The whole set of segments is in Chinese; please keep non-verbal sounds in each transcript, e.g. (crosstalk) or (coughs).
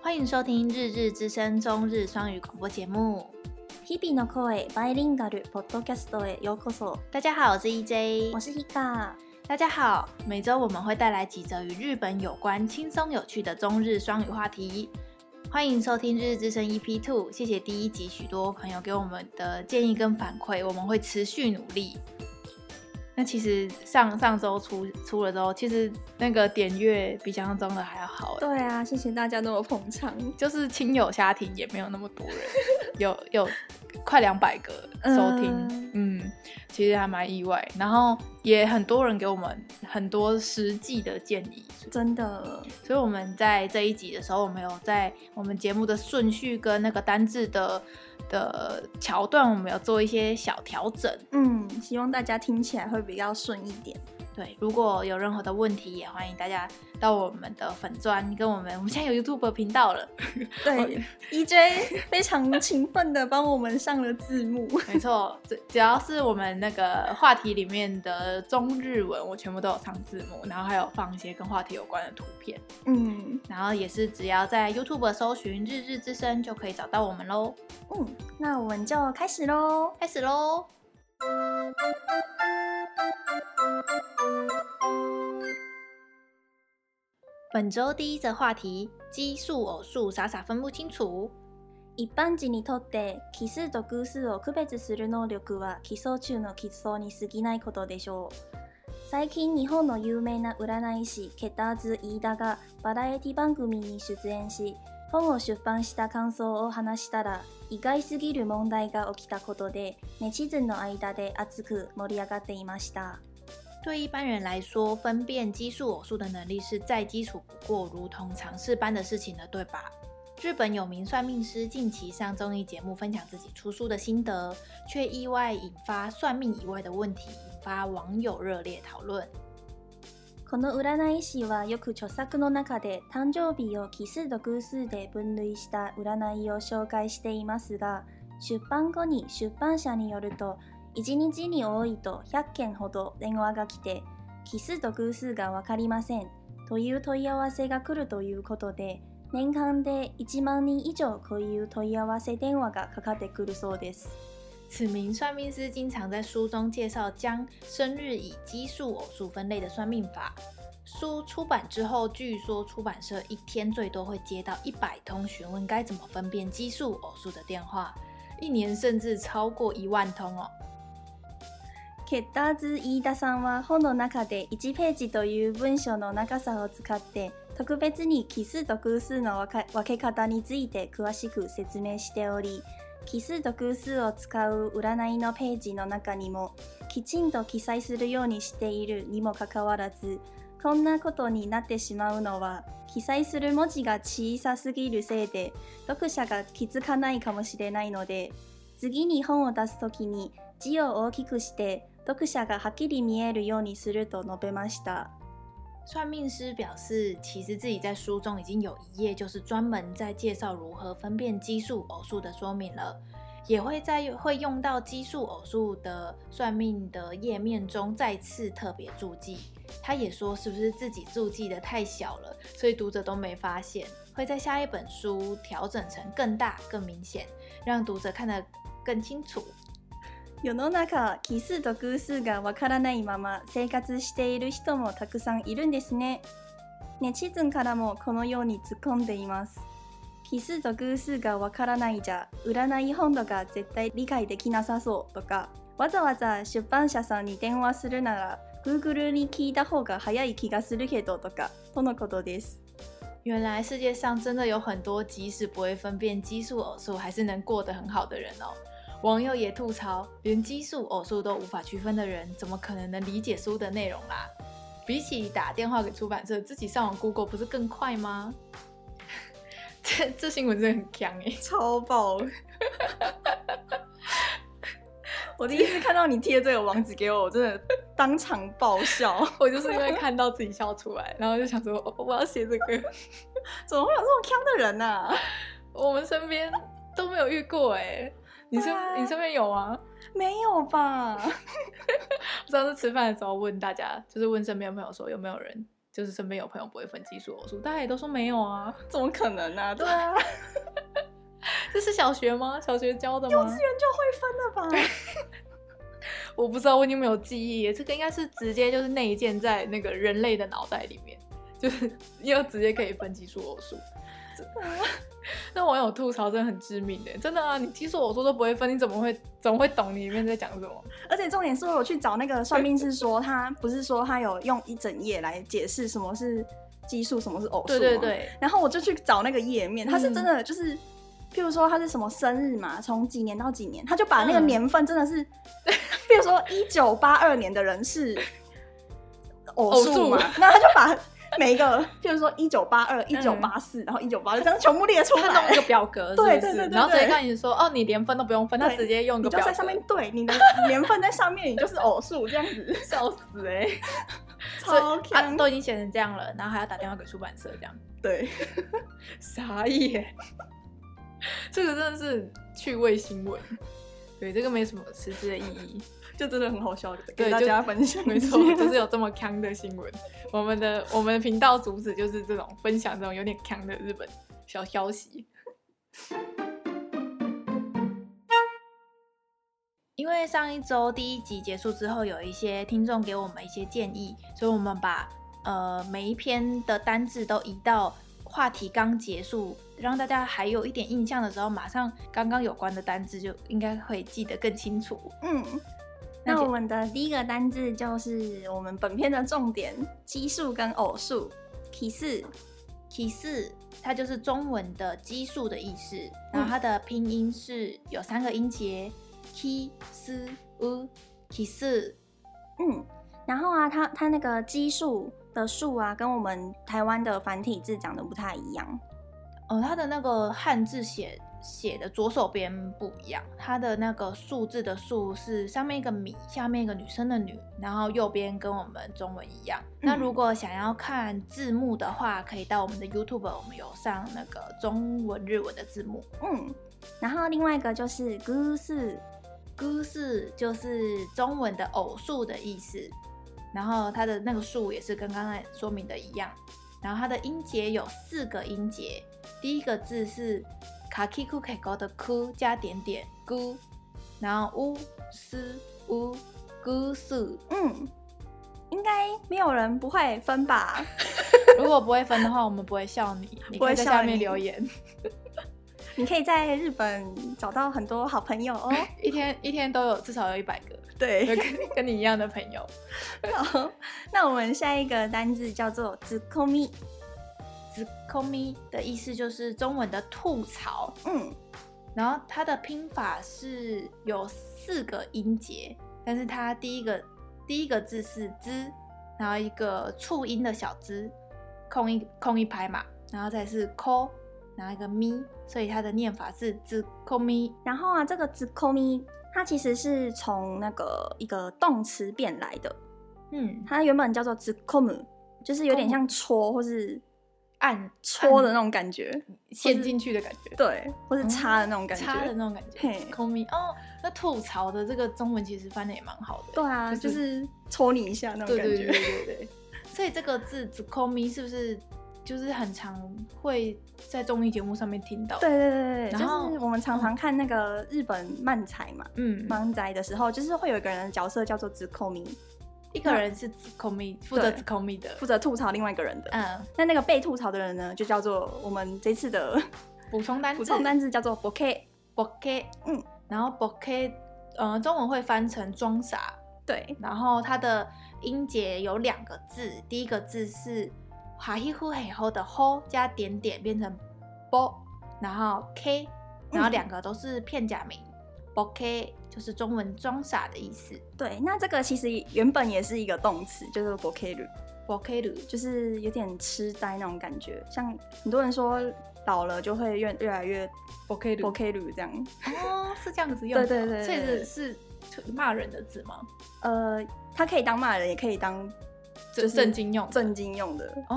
欢迎收听《日日之声》中日双语广播节目。日々の声バイリンガルポッドキャストへようこそ。大家好，我是 EJ，我是 Hika。大家好，每周我们会带来几则与日本有关、轻松有趣的中日双语话题。欢迎收听《日日之声》EP Two，谢谢第一集许多朋友给我们的建议跟反馈，我们会持续努力。那其实上上周出出了之后，其实那个点阅比想象中的还要好欸，对啊，谢谢大家都有捧场。就是亲友家庭也没有那么多人， (laughs) 有有快两百个收听，嗯其实还蛮意外。然后也很多人给我们很多实际的建议，真的，所以我们在这一集的时候，我们有在我们节目的顺序跟那个单字的的桥段，我们有做一些小调整。嗯，希望大家听起来会比较顺一点。对，如果有任何的问题，也欢迎大家到我们的粉砖跟我们，我们现在有 YouTube 频道了，对，EJ (laughs) 非常勤奋的帮我们上了字幕。没错，只只要是我们那个话题里面的中日文，我全部都有上字幕，然后还有放一些跟话题有关的图片，嗯然后也是只要在 YouTube 搜寻“日日之声”就可以找到我们喽。嗯，那我们就开始喽。开始喽！本周第一则话题：奇数、偶数，傻傻分不清楚。一般人にとって奇数と偶数を区別する能力は奇数中の奇数に過ぎないことでしょう最近日本の有名な占い師ケターズ飯田がバラエティ番組に出演し本を出版した感想を話したら意外すぎる問題が起きたことでネチズンの間で熱く盛り上がっていました对一般人来说，分辨奇数、偶数的能力是再基础不过，如同常事般的事情了，对吧？日本有名算命师近期上综艺节目分享自己出书的心得，却意外引发算命以外的问题，引发网友热烈讨论。この占い師はよく著作の中で誕生日を奇数と偶数で分類した占いを紹介していますが出版後に出版社によると1日に多いと100件ほど電話が来て奇数と偶数が分かりませんという問い合わせが来るということで年間で1万人以上こういう問い合わせ電話がかかってくるそうです。此名算命师经常在书中介绍将生日以奇数、偶数分类的算命法。书出版之后，据说出版社一天最多会接到一百通询问该怎么分辨奇数、偶数的电话，一年甚至超过一万通哦。ケッターズ飯田さんは本の中で1ページという文章の長さを使って特別に奇数と偶数の分か分け方について詳しく説明しており奇数と偶数を使う占いのページの中にもきちんと記載するようにしているにもかかわらずこんなことになってしまうのは記載する文字が小さすぎるせいで読者が気づかないかもしれないので次に本を出すときに字を大きくして読者がはっきり見えるようにすると述べました。算命师表示，其实自己在书中已经有一页就是专门在介绍如何分辨奇数、偶数的说明了，也会在会用到奇数、偶数的算命的页面中再次特别注记。他也说，是不是自己注记的太小了，所以读者都没发现，会在下一本书调整成更大、更明显，让读者看得更清楚。世の中、奇数と偶数がわからないまま生活している人もたくさんいるんですね。ねチズンからもこのように突っ込んでいます。奇数と偶数がわからないじゃ、占い本土が絶対理解できなさそうとか、わざわざ出版社さんに電話するなら、Google に聞いた方が早い気がするけどとか、とのことです。原来世界上真的有很多即使不会分辨奇数、偶数，还是能过得很好的人哦。网友也吐槽，连奇数、偶数都无法区分的人，怎么可能能理解书的内容啦、比起打电话给出版社，自己上网 Google 不是更快吗？ (laughs) 这这新闻真的很强哎、超爆！ (laughs) 我第一次看到你贴这个网址给我，我真的当场爆 (laughs) 笑。我就是因为看到自己笑出来，然后就想说，哦、我要写这个。 (laughs) 怎么会有这么坑的人啊呢、我们身边都没有遇过哎、你身、对啊你身边有吗？没有吧？上次吃饭的时候问大家，就是问身边的朋友说有没有人就是身边有朋友不会分奇数偶数，大家也都说没有啊。 (laughs) 怎么可能呢、啊？对啊，这是小学吗？小学教的幼吗稚？园就会分了吧？我不知道，我已经没有记忆耶。这个应该是直接就是内建在那个人类的脑袋里面，就是 (laughs) 又直接可以分奇数偶数。 (laughs) 那网友吐槽真的很致命的，真的啊！你奇数偶数都不会分，你怎么会怎么会懂你里面在讲什么？而且重点是我去找那个算命师说，他不是说他有用一整页来解释什么是奇数，什么是偶数，对对。对，然后我就去找那个页面，他是真的就是，譬如说他是什么生日嘛，从几年到几年，他就把那个嗯年份真的 (laughs) 是，譬如说一九八二年的人是偶数嗯嘛偶，那他就把每一个，譬如说一九八二、一九八四，然后一九八六，这样全部列出他弄一来。个表格是不 (laughs) 对是，对对对然后直接对跟你说，哦，你连分都不用分，他对直接用一你个就表格在上面对你的年份在上面，你就是偶数这样 (laughs) 子，笑死哎、欸！所 (laughs) 超以啊，强、都已经写成这样了，然后还要打电话给出版社，这样对。傻眼。 (laughs) 这个真的是趣味新闻，对，这个没什么实质的意义。就真的很好笑，对给大就家分享没一下错，就是有这么强的新闻。我们的我们的频道主旨就是这种分享这种有点强的日本小消息。因为上一周第一集结束之后，有一些听众给我们一些建议，所以我们把呃每一篇的单字都移到话题刚结束，让大家还有一点印象的时候，马上刚刚有关的单字就应该会记得更清楚。嗯，那那就我们的第一个单字就是我们本片的重点：奇数跟偶数。奇数，奇四，它就是中文的奇数的意思，然后它的拼音是有三个音节，ki s u ki s 嗯，然后啊，它它那个奇数的数啊，跟我们台湾的繁体字长得不太一样。哦，它的那个汉字写写的左手边不一样，它的那个数字的数是上面一个米，下面一个女生的女，然后右边跟我们中文一样。那嗯如果想要看字幕的话，可以到我们的 YouTube，我们有上那个中文、日文的字幕。嗯，然后另外一个就是偶数，孤数就是中文的偶数的意思，然后它的那个数也是跟刚才说明的一样，然后它的音节有四个音节，第一个字是卡 a 库 i 高的库加点点咕，然后乌斯乌孤数，嗯，应该没有人不会分吧？如果不会分的话，我们不会笑你，你不可会以在笑下面你留言。你可以在日本找到很多好朋友哦。一天一天都有至少有一百个 (laughs) 对有跟跟你一样的朋 (laughs) 友，好，那我们下一个单字叫做“子空咪子空咪的意思就是中文的吐槽。”。嗯，然后它的拼法是有四个音节，但是它第一个第一个字是“之”，然后一个促音的小“之”，空一空一拍嘛，然后再是 “ko”，然后一个“咪”，所以它的念法是“之 ko mi”。然后啊，这个“子空咪”它其实是从那个一个动词变来的，嗯，它原本叫做“子空む”，就是有点像戳或是哦按戳的那种感觉，陷进去的感觉，对，或是插的那种感觉。插的那种感觉嘿，ko mi。哦，那吐槽的这个中文其实翻的也蛮好的，对啊，就就是是戳你一下那种对感对对觉。对对。所以这个字 z k o m i 是不是就是很常会在综艺节目上面听到？ (laughs) 对，对对对，就然后是我们常常看那个日本漫才嘛，嗯，漫才的时候，就是会有一个人的角色叫做“子空咪一个人是 z k o m i 负责对 z k o m i 的”，负，责吐槽另外一个人的。嗯，那那个被吐槽的人呢，就叫做我们这次的 (laughs) 补充单字，补充单字叫做 “bokeh”。 b o k e 嗯，然后 b o k e 呃，中文会翻成装傻，对，然后它的音节有两个字，第一个字是哈hi hu he ho 的 ho 加点点变成 bo，然后 k，然后嗯两个都是片假名、b o k 就是中文装傻的意思对，那这个其实原本也是一个动词，就是 “bokeh”， b o k e 就是有点痴呆那种感觉。像很多人说老了就会越越来越 b o k e “bokeh” 这样。哦，是这样子用的哦，对对对所以对是是骂人的字吗？呃，它可以当骂人，也可以当就就是震惊用的震惊用的，哦，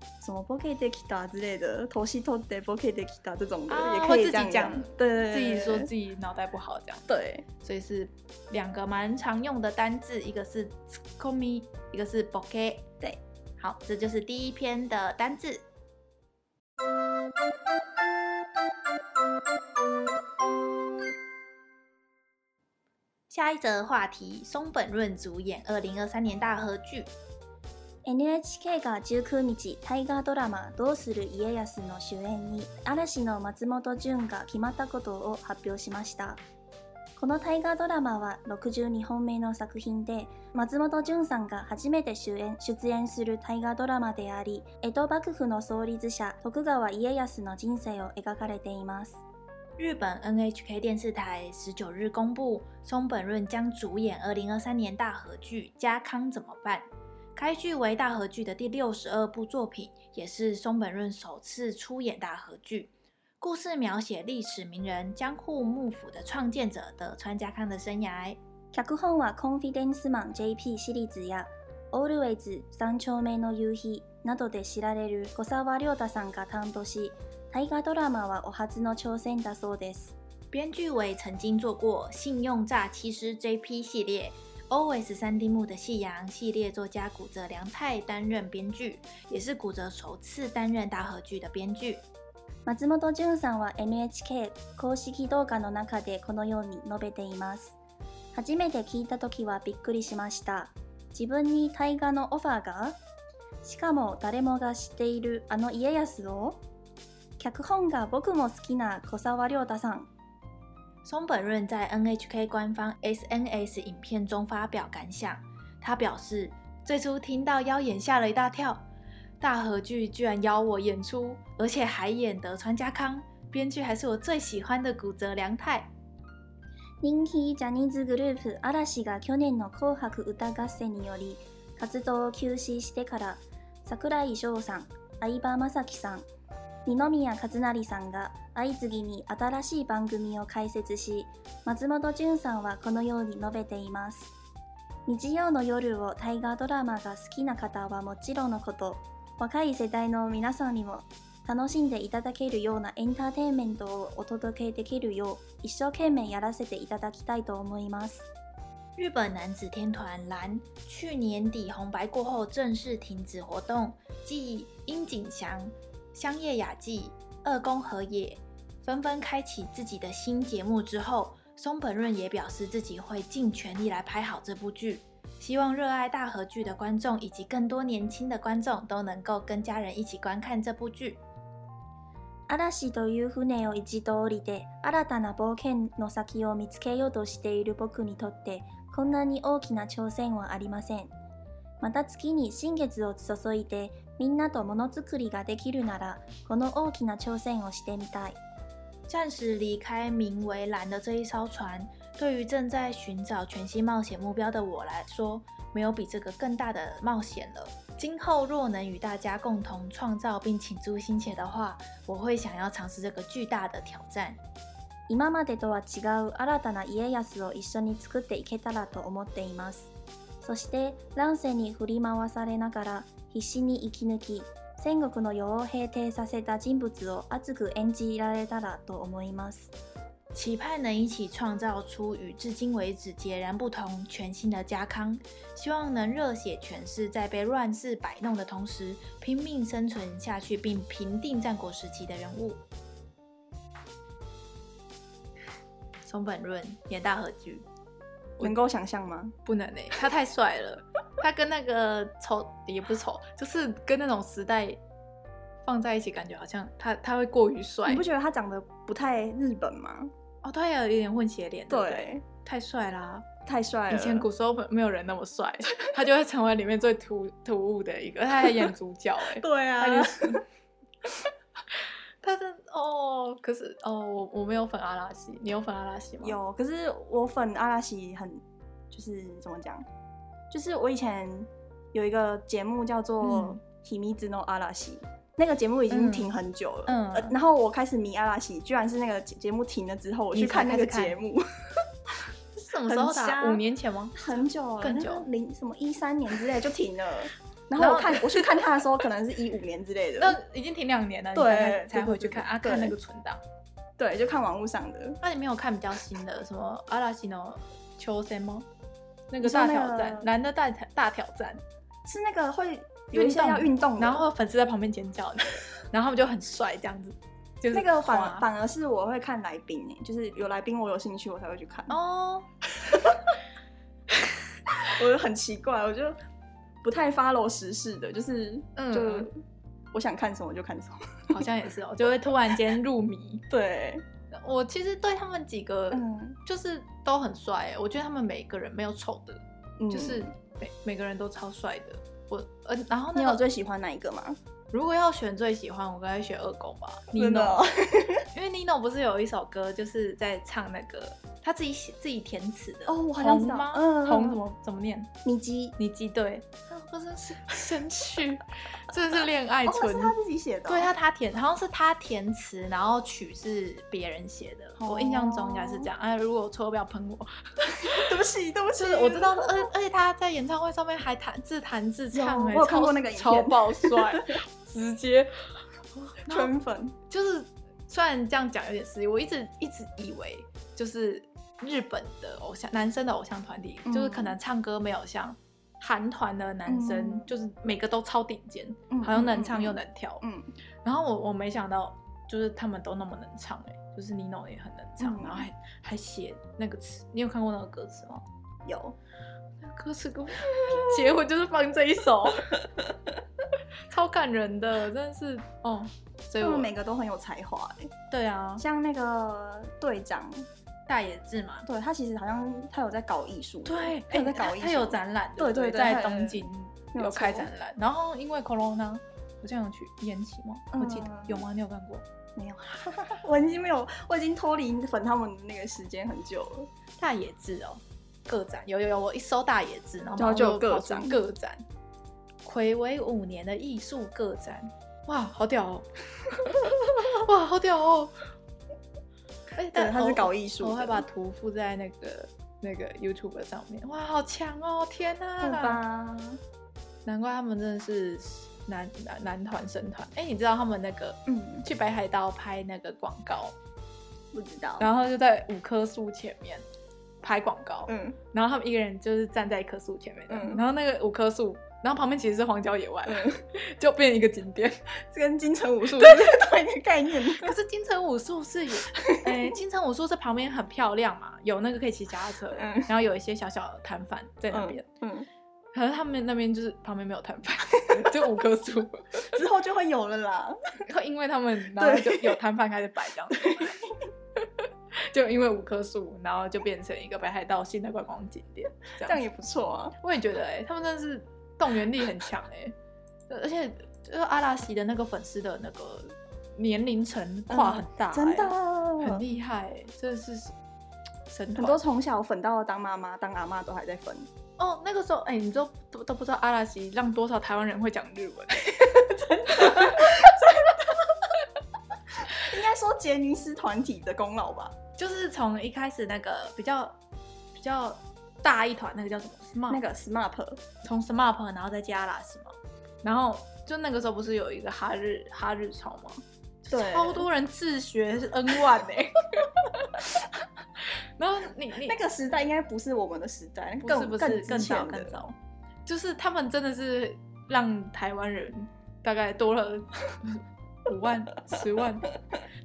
就是什么 “bokeh de kita” 之类的，头西头的 “bokeh de kita” 这种的，啊也可以会自己这样讲对对对自己说自己己脑袋不好这样，对。所以是两个蛮常用的单字，一个是 komi，一个是 b o k e 对，好，这就是第一篇的单字。下一则话题：松本润主演二零二三年大合剧。 NHK が19日大河ドラマ「どうする家康」の主演に嵐の松本潤が決まったことを発表しましたこの大河ドラマは62本目の作品で松本潤さんが初めて主演出演する大河ドラマであり江戸幕府の創立者徳川家康の人生を描かれています日本 NHK 电视台十九日公布，松本润将主演二零二三年大合剧《家康怎么办》。该剧为大合剧的第六十二部作品，也是松本润首次出演大合剧。故事描写历史名人江户幕府的创建者德川家康的生涯。脚本はコンフィデンスマン JP シリーズやオールウェイズ三丁目の夕日などで知られる小沢亮太さんが担当し、大河ドラマはお初の挑戦だそうです。编剧为曾经做过《信用诈欺师 JP》系列、Always 三丁目的夕阳系列作家古泽良太担任编剧，也是古泽首次担任大合剧的编剧。松本潤さんは NHK 公式動画の中でこのように述べています。初めて聞いた時はびっくりしました。自分に大河のオファーがしかも誰もが知っているあの家康を脚本が僕も好きな小沢亮太さん。松本润在 NHK 官方 SNS 影片中发表感想，他表示：“最初听到邀演吓了一大跳，大和剧居然邀我演出，而且还演德川家康，编剧还是我最喜欢的古泽良太。人気ジャニーズグループ嵐が去年の「紅白歌合戦」により活動を休止してから櫻井翔さん相葉雅紀さん二宮和也さんが相次ぎに新しい番組を開設し松本潤さんはこのように述べています日曜の夜を大河ドラマが好きな方はもちろんのこと若い世代の皆さんにも楽しんでいただけるようなエンターテインメントをお届けできるよう一生懸命やらせていただきたいと思います。日本男子天团蓝去年底红白过后正式停止活动，继樱井翔、香叶雅纪、二宫和也纷纷开启自己的新节目之后，松本润也表示自己会尽全力来拍好这部剧，希望热爱大和剧的观众以及更多年轻的观众都能够跟家人一起观看这部剧。嵐という船を一度降りて新たな冒険の先を見つけようとしている僕にとってこんなに大きな挑戦はありませんまた月に新月を注いでみんなとものづくりができるならこの大きな挑戦をしてみたい暂时离开名为“蓝”的这一艘船，对于正在寻找全新冒险目标的我来说，没有比这个更大的冒险了。今后若能与大家共同创造并倾注心血的话，我会想要尝试这个巨大的挑战。今までとは違う新たな家康を一緒に作っていけたらと思っていますそして乱世に振り回されながら必死に生き抜き戦国の世を平定させた人物を熱く演じられたらと思います期盼能一起创造出与至今为止截然不同、全新的家康，希望能热血诠释在被乱世摆弄的同时，拼命生存下去并平定战国时期的人物。松本润演大和剧能够想象吗不能哎、他太帅了，他跟那个丑也不丑，就是跟那种时代放在一起，感觉好像他他会过于帅觉得他长得不太日本吗哦，他也有一点混血脸，对不对，太帅啦、太帅以前古时候没有人那么帅，他就会成为里面最突突兀的一个，他还演主角哎、对他啊 (laughs) 就是，他是哦，可是哦，我我没有粉阿拉西，你有粉阿拉西吗？，有，可是我粉阿拉西很，就是怎么讲，就是我以前有一个节目叫做嗯《秘密之 no 阿拉西》，那个节目已经停很久了。嗯呃然后我开始迷阿拉西，居然是那个节节目停了之后，我你去才看那开个始看节目，这是什么时候的很啊、瞎五年 (laughs) 前吗？很久了，更那久个零什么一三年之类就停了。 (laughs) 然然后后我看我去看他的时候，可能是一五年之类 (laughs) 那的，已经停两年了，你对才开对才回去对看啊，对看那个存档。对，就看网络上的。那你没有看比较新的什么阿拉西诺秋森吗？那个你说大那挑个战，男的大挑大挑战，是那个会有一些要运嗯动的，然后粉丝在旁边尖叫的，然后他们就很帅这样子，就是那个滑反反而是我会看来宾诶、就是有来宾我有兴趣我才会去看，哦，我就很奇怪，我就不太 follow 时事的，就是嗯就我想看什么就看 (laughs) 什 (laughs) 么，好像也是哦，就会突然间入迷。对，我其实对他们几个嗯，就是都很帅欸耶，我觉得他们每个人没有丑的，嗯就是每每个人都超帅的。我呃，然后你那有个最喜欢哪一个吗？如果要选最喜欢，我该选二狗吧真的哦 (laughs) ，Nino，因为 Nino 不是有一首歌就是在唱那个他自己写自己填词的哦我好像知红道吗？嗯嗯嗯红怎么怎么念？米基，你记 (laughs) 对，我真是神曲， (laughs) 真的是恋爱哦，纯是他自己写的哦、对他，他填好像是他填词，然后曲是别人写的。我印象中应该是哦这样。哎，如果我错，不要喷我。 (laughs) 对不起，对不起，就是我知道，而而且他在演唱会上面还弹自弹自唱、有哎，我超有看过那个影超片爆 (laughs) 帅，直接。然后 (laughs) 圈粉，就是虽然这样讲有点失礼，我一直一直以为就是日本的偶像男生的偶像团体，嗯就是可能唱歌没有像韩团的男生，嗯就是每个都超顶尖，嗯好像能唱又嗯能跳。嗯，然后我我没想到，就是他们都那么能唱哎、就是 Nino 也很能唱，嗯然后还还写那个词，你有看过那个歌词吗？有，那个歌词跟我 (laughs) 结婚就是放这一首， (laughs) 超感人的，真的是哦。所以他我们每个都很有才华、欸，对啊，像那个队长，大野智嘛，对他其实好像他有在搞艺术，对，哎他有在搞他艺术，他有展览，对不对对对在他有东京没有有开错展览，然后因为 Corona，我这样有去延期吗？我记得嗯有吗？你有看过？没有，啊 (laughs) 我已经没有，我已经脱离粉他们那个时间很久了。大野智哦，个展有有有，我一搜大野智，然后然后就有各个展个展，暌违五年的艺术个展，哇，好屌 (laughs) 哦，哇，好屌哦，哎、对，他是搞艺艺术我的，会把图附在那个那个 YouTube 上面，哇，好强哦，天哪、对吧？难怪他们真的是男男男团神团，哎、你知道他们那个嗯，去北海道拍那个广告，不知道。然后就在五棵树前面拍广告，嗯，然后他们一个人就是站在一棵树前面这样，嗯然后那个五棵树，然后旁边其实是荒郊野外，嗯 (laughs) (laughs) 就变一个景点。这跟金城武术是同一个概念。 (laughs) 可是金城武术是 (laughs) 有，哎、金城武术是旁边很漂亮嘛，有那个可以骑脚踏车，嗯然后有一些小小的摊贩在那边，嗯，可是他们那边就是旁边没有摊贩， (laughs) 就五棵树，之后就会有了啦。会 (laughs) 因为他们然后就有摊贩开始摆这样子。 (laughs) 就因为五棵树，然后就变成一个北海道新的观光景点，这这样样也不错啊。我也觉得、哎，他们真的是动员力很强，哎，对而且就是阿拉西的那个粉丝的那个年龄层跨很大、嗯真的啊哎，很厉害、哎，真的是神很团多。从小粉到当妈妈、当阿妈都还在粉，哦，那个时候，哎、你都都都不知道阿拉西让多少台湾人会讲日文，欸应该说杰尼斯团体的功劳吧。就是从一开始那个比较比较大一团那个叫什么 SMAP，那个 SMAP，从 SMAP 然后再加阿拉西嘛，然后就那个时候不是有一个哈日哈日潮吗？对超多人自学是 N one 哎、 (laughs) 然后你你那个时代应该不是我们的时代，不是更不是更之更早前的更早，就是他们真的是让台湾人大概多 (laughs) 了五万十万，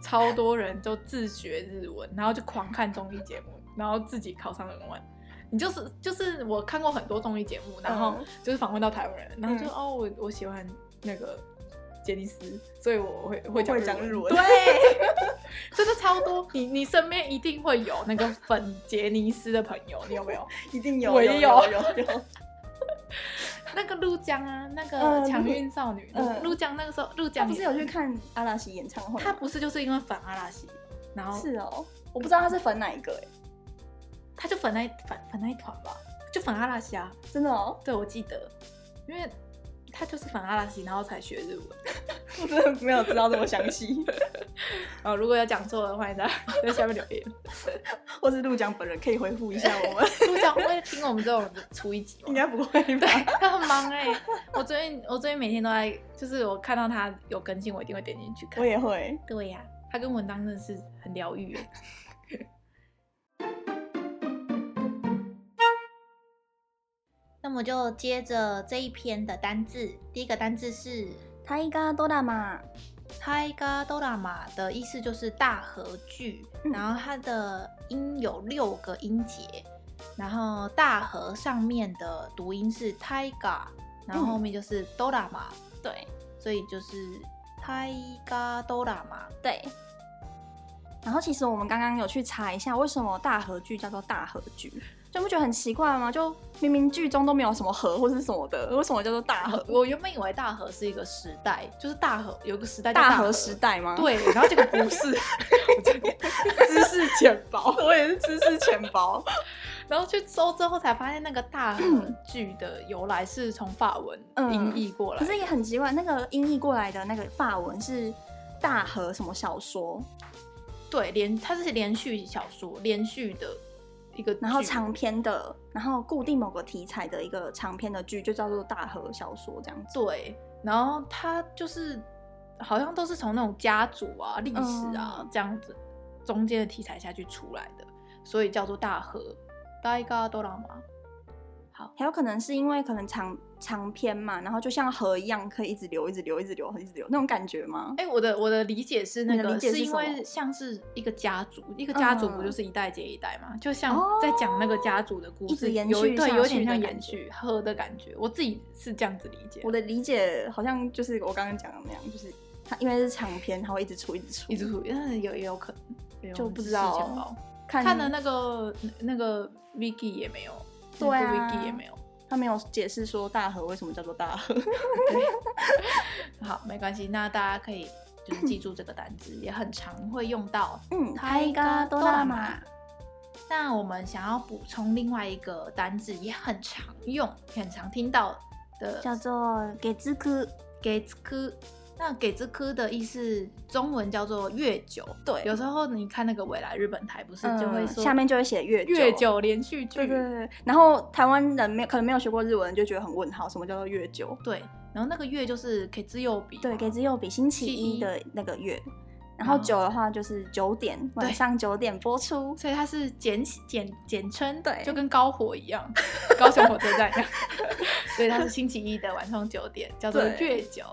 超多人都自学日文，然后就狂看综艺节目，然后自己考上 N one。你就是就是我看过很多综艺节目，然后嗯就是访问到台湾人，然后就、嗯哦我我喜欢那个杰尼斯，所以我会会会讲日文 (laughs) 对，真的超多。你你身边一定会有那个粉杰尼斯的朋友，你有没有？一定有我有也有有有。那个陆江啊，那嗯个强运少女，陆嗯陆江那个时候，陆他江不是有去也，看阿拉西演唱会吗？他不是就是因为反阿拉西，然后是哦，我不知道他是粉哪一个哎，他就反那一反反那一团吧，就反阿拉西啊，真的 (laughs) 哦，对我记得，因为他就是反阿拉西，然后才学日文。我真的没有知道这么详细， (laughs) 哦，如果有讲错的，欢迎大家在下面留言。 (laughs) 或是陆江本人可以回复一下我们，陆江会听我们这种出一集吗 (laughs) (laughs) 应？该不会对吧？，他很忙哎、我最近我最近每天都在，就是我看到他有更新，我一定会点进去看 (laughs) 我。也会，对呀、他跟文章真的是很疗愈欸。那么就接着这一篇的单字，第一个单字是大河ドラマ、タイガドラマ的意思就是大河剧，嗯然后它的音有六个音节，然后大河上面的读音是 tiger，然后后面就是嗯 dorama，、对所以就是 tiger dorama。对，然后其实我们刚刚有去查一下，为什么大河剧叫做大河剧，就不觉得很奇怪吗？就明明剧中都没有什么河或是什么的，为什么叫做大河？ (laughs) 我原本以为大河是一个时代，就是大河有个时代叫大河河时。代吗？，对，然后这个不是， (laughs) 我真的知识浅薄， (laughs) 我也是知识浅薄。然后去搜之后才发现那个大河剧的由来是从法文嗯音译过来可，是也很奇怪，那个音译过来的那个法文是大河什么小说，对，连它是连续小说，连续的一个剧，然后长篇的，然后固定某个题材的一个长篇的剧，就叫做大河小说这样子。对，然后它就是好像都是从那种家族啊、历史啊、嗯这样子中间的题材下去出来的，所以叫做大河。大家都朗吗？还有可能是因为可能长长篇嘛，然后就像河一样，可以一直流，一直流，一直流，一直流那种感觉吗？哎、我的我的理解是那你的个理解是因什为么像是一个家族，一个家族嗯不就是一代接一代嘛，就像哦在讲那个家族的故一事，直延有续对，下有点去的像感延觉续喝的感觉，我自己是这样子理解我。的理解好像就是我刚刚讲的那样，就是它因为是长篇，它会一直出，一直出，一直出，但是有也有可能，就不知有道可能是四千包看哦看了那个那个 Vicky 也没有，对啊那部 Vicky 也没有。他没有解释说大河为什么叫做大河。好，没关系，那大家可以就是记住这个单词， (coughs) 也很常会用到。 (laughs) 嗯大河河ドドララママ。那我们想要补充另外一个单字，也很常用，也很常听到的叫做月9。给子科。那给子科的意思，中文叫做月酒。对有时候你看那个未来日本台，不是就会嗯说、下面就会写月月酒连续剧，对对对，然后台湾人没有可能没有学过日文，就觉得很问号，什么叫做月九？对，然后那个月就是给自右笔嘛，对，给只有比星期星期一一的那个月，然后哦九的话就是九点，晚对上九点播出。所以它是简简简称，对就跟高火一样，高雄火车站一样， (laughs) 所以它是星期一的晚上九点，叫做对月九，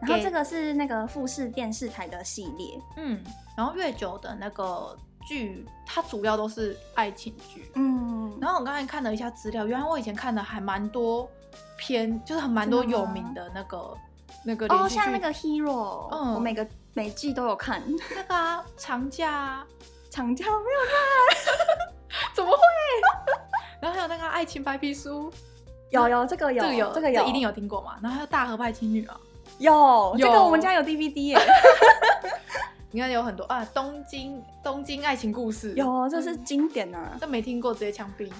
然后给这个是那个富士电视台的系列，嗯，然后月九的那个剧，它主要都是爱情剧，嗯，然后我刚才看了一下资料，原来我以前看的还蛮多篇，就是很蛮多真的有吗名的那个那个连哦，续剧像那个 Hero，、嗯我每个每季都 (laughs) 有看，那个啊长假啊，长假没有 (laughs) 怎么会？ (laughs) 然后还有那个啊爱情白皮书，有有这个有这个有，这个有一定有听过嘛。然后还有大河派情侣啊，有这个有我们家有 DVD (laughs) 耶，你看有很多啊，东京东京爱情故事有这是嗯经典啊。这没听过直接枪 (laughs) 毙。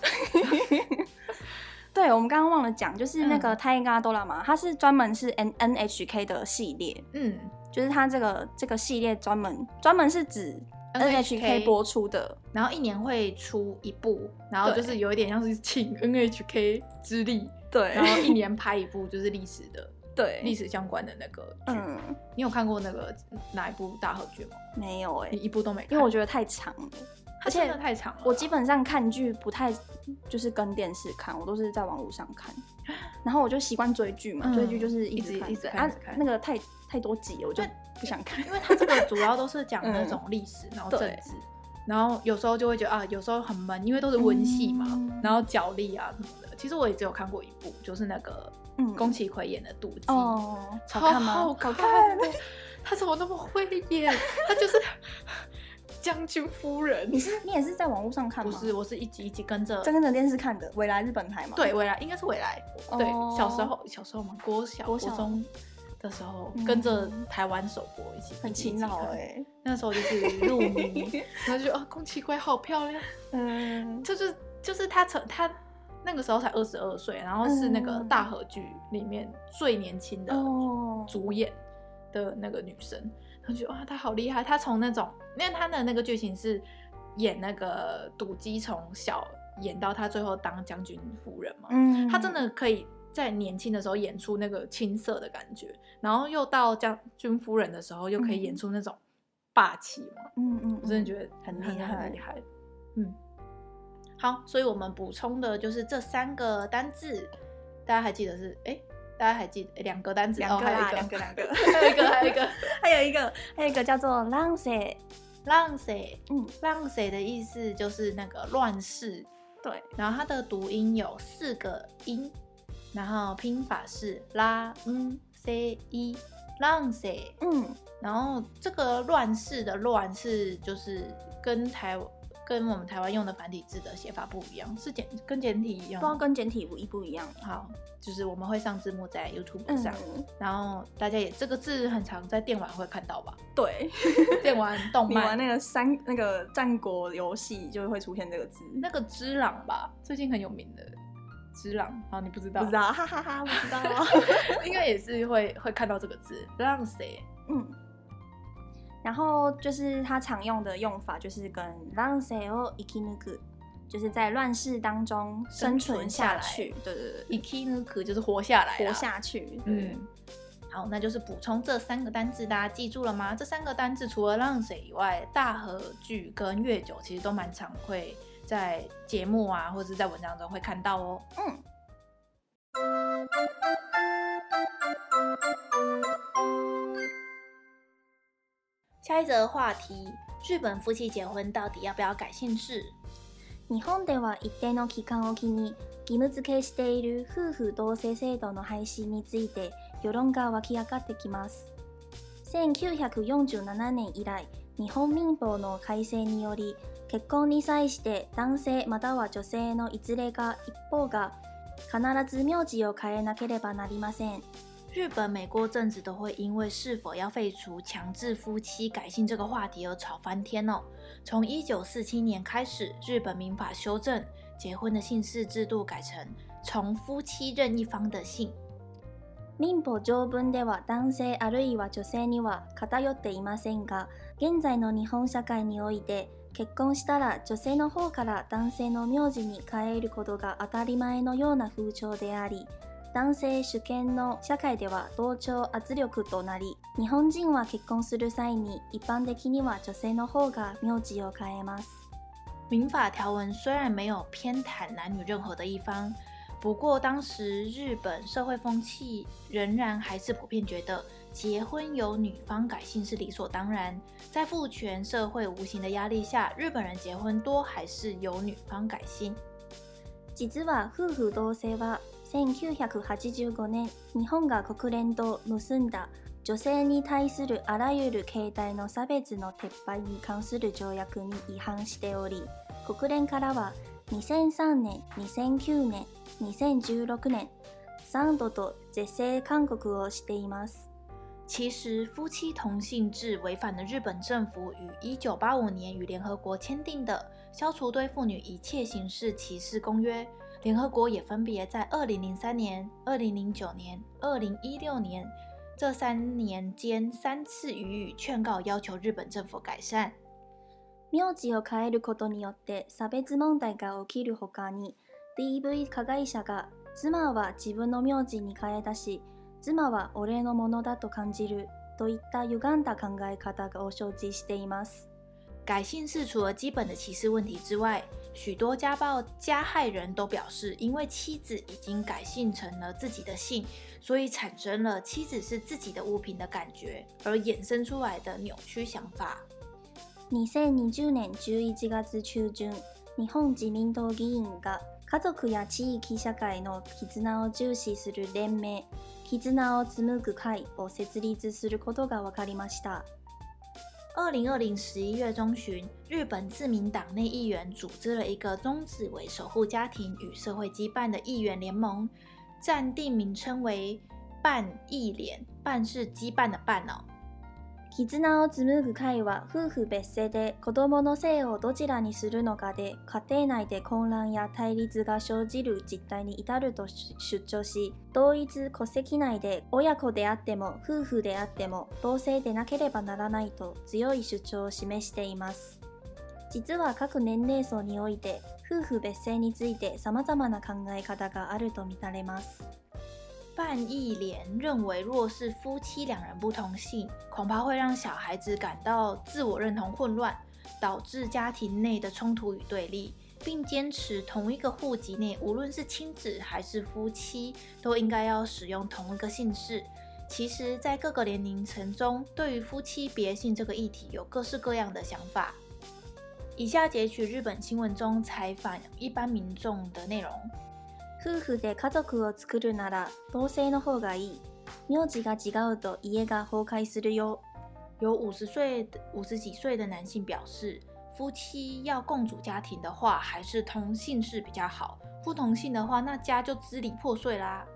对，我们刚刚忘了讲，就是那个嗯 Taiga Dorama，它是专门是 N N H K 的系列，嗯就是它这个这个系列专门专门是指 N H K 播，出的，然后一年会出一部，然后对就是有一点像是请 NHK 之力，然对后一年拍一部就是历史的历 (laughs) 对，史相关的那个剧。嗯，你有看过那个哪一部大合剧吗？没有哎你，一部都没看，因为我觉得太长了，它真的太长了啦。我基本上看剧不太就是跟电视看，我都是在网络上看，然后我就习惯追剧嘛，嗯追剧就是一直一直看一直对看一直啊看，那个太太多集了，我就对 (laughs) 不想看，因为它这个主要都是讲那种历史，然后政嗯对治，然后有时候就会觉得啊，有时候很闷，因为都是文戏嘛，嗯然后角力啊什么的。其实我也只有看过一部，就是那个嗯宫崎葵演的《妒忌》，哦，超好看吗？好好看看，的，他怎么那么会演？他就是 (laughs) 将军夫人你。是你也是在网络上看不吗？是，我是一集一集跟着。真的电视看的，未来日本台嘛，对，未来应该是未来。对哦，小时候小时候嘛，国小国国小中的时候嗯跟着台湾首播一起，很一集勤劳一集看哎，那时候就是入迷，然后就觉得啊，宫崎葵好漂亮，嗯，就是就是她成她那个时候才二十二岁，然后是那个嗯大河剧里面最年轻的哦主演的那个女生，然后觉得哇，她好厉害，她从那种，因为她的那个剧情是演那个赌姬从小演到她最后当将军夫人嘛，嗯，她真的可以。在年轻的时候演出那个青涩的感觉，然后又到将军夫人的时候，又可以演出那种霸气嘛，嗯，嗯嗯，我真的觉得很很厉害很厉害。嗯，好，所以我们补充的就是这三个单字。大家还记得是哎、大家还记得诶两个单词，两哦，个还有啦，一两 (laughs) 个，个两个。还有一个，还有一个， (laughs) 还有一个，还有一个叫做浪塞， (laughs) 浪谁？嗯，浪谁的意思就是那个乱世，对，然后它的读音有四个音，然后拼法是拉嗯 c 一浪谁，嗯，然后这个乱世的乱是就是跟台跟我们台湾用的繁体字的写法不一样，是简跟简体一不样知道啊吗。跟简体不一不一样。好，就是我们会上字幕在 YouTube 嗯上，，然后大家也这个字很常在电玩会看到吧？对，电 (laughs) 玩动你玩漫那个三那个战国游戏就会出现这个字，那个之朗吧，最近很有名的之朗，好，你不知道不知，道，哈哈哈，不知道。 (laughs) 应该也是会会看到这个字，让谁？嗯，然后就是它常用的用法就是跟浪塞哦，一きぬく，就是在乱世当中生存下去。对对对， i k i n u k 就是活下来，啊活。下去。对，嗯，好，那就是补充这三个单字，大家记住了吗？这三个单字除了让谁以外，大和剧跟月九其实都蛮常会在节目啊，或者是在文章中会看到哦。嗯，下一则话题：日本夫妻结婚到底要不要改姓氏？日本では一定の期間を機に義務付けしている夫婦同姓制度の廃止について世論が湧き上がってきます。1947年以来、日本民法の改正により、結婚に際して男性または女性のいずれが一方が必ず名字を変えなければなりません。日本每过阵子都会因为是否要废除强制夫妻改姓这个话题而吵翻天哦。从一九四七年开始，日本民法修正，结婚的姓氏制度改成从夫妻任一方的姓。民法条文では男性あるいは女性には偏っていませんが現在の日本社会において結婚したら女性の方から男性の名字に変えることが当たり前のような風潮であり男性主権の社会では同調圧力となり日本人は結婚する際に一般的には女性の方が名字を変えます民法条文虽然没有偏袒男女任何的一方，不过当时日本社会风气仍然还是普遍觉得结婚由女方改姓是理所当然。在父权社会无形的压力下，日本人结婚多还是由女方改姓。実は夫婦同姓は1985年日本が国連と結んだ女性に対するあらゆる形態の差別の撤廃に関する条約に違反しており国連からは2003年2009年2016年3度と是正勧告をしています其实，夫妻同姓制违反了日本政府于一九八五年与联合国签订的《消除对妇女一切形式歧视公约》。联合国也分别在二零零三年、二零零九年、二零一六年这三年间三次予以劝告，要求日本政府改善。名字を変えることによって差別問題が起きるほかに DV 加害者が妻は自分の名字に変えたし妻は俺のものだと感じるといった歪んだ考え方を承知しています改姓氏除了基本的歧视问题之外，许多家暴加害人都表示，因为妻子已经改姓成了自己的姓，所以产生了妻子是自己的物品的感觉，而衍生出来的扭曲想法。 2020年11月中旬日本自民党議員が家族や地域社会の絆を重視する連盟絆を紡ぐ会を設立することが分かりました二零二零十一月中旬，日本自民党内议员组织了一个宗旨为守护家庭与社会羁绊的议员联盟，暂定名称为“半议联”，“半”是羁绊的“绊”哦。絆を紡ぐ会は夫婦別姓で子供の姓をどちらにするのかで家庭内で混乱や対立が生じる実態に至ると主主張し同一戸籍内で親子であっても夫婦であっても同姓でなければならないと強い主張を示しています実は各年齢層において夫婦別姓について様々な考え方があるとみられます半义联认为，若是夫妻两人不同姓，恐怕会让小孩子感到自我认同混乱，导致家庭内的冲突与对立，并坚持同一个户籍内，无论是亲子还是夫妻，都应该要使用同一个姓氏。其实，在各个年龄层中，对于夫妻别姓这个议题有各式各样的想法。以下截取日本新闻中采访一般民众的内容。夫婦で家族を作るなら同性の方がいい。名字が違うと家が崩壊するよ。有五十岁、五十几岁的男性表示，夫妻要共组家庭的话，还是同姓氏比较好。不同姓的话，那家就支离破碎啦。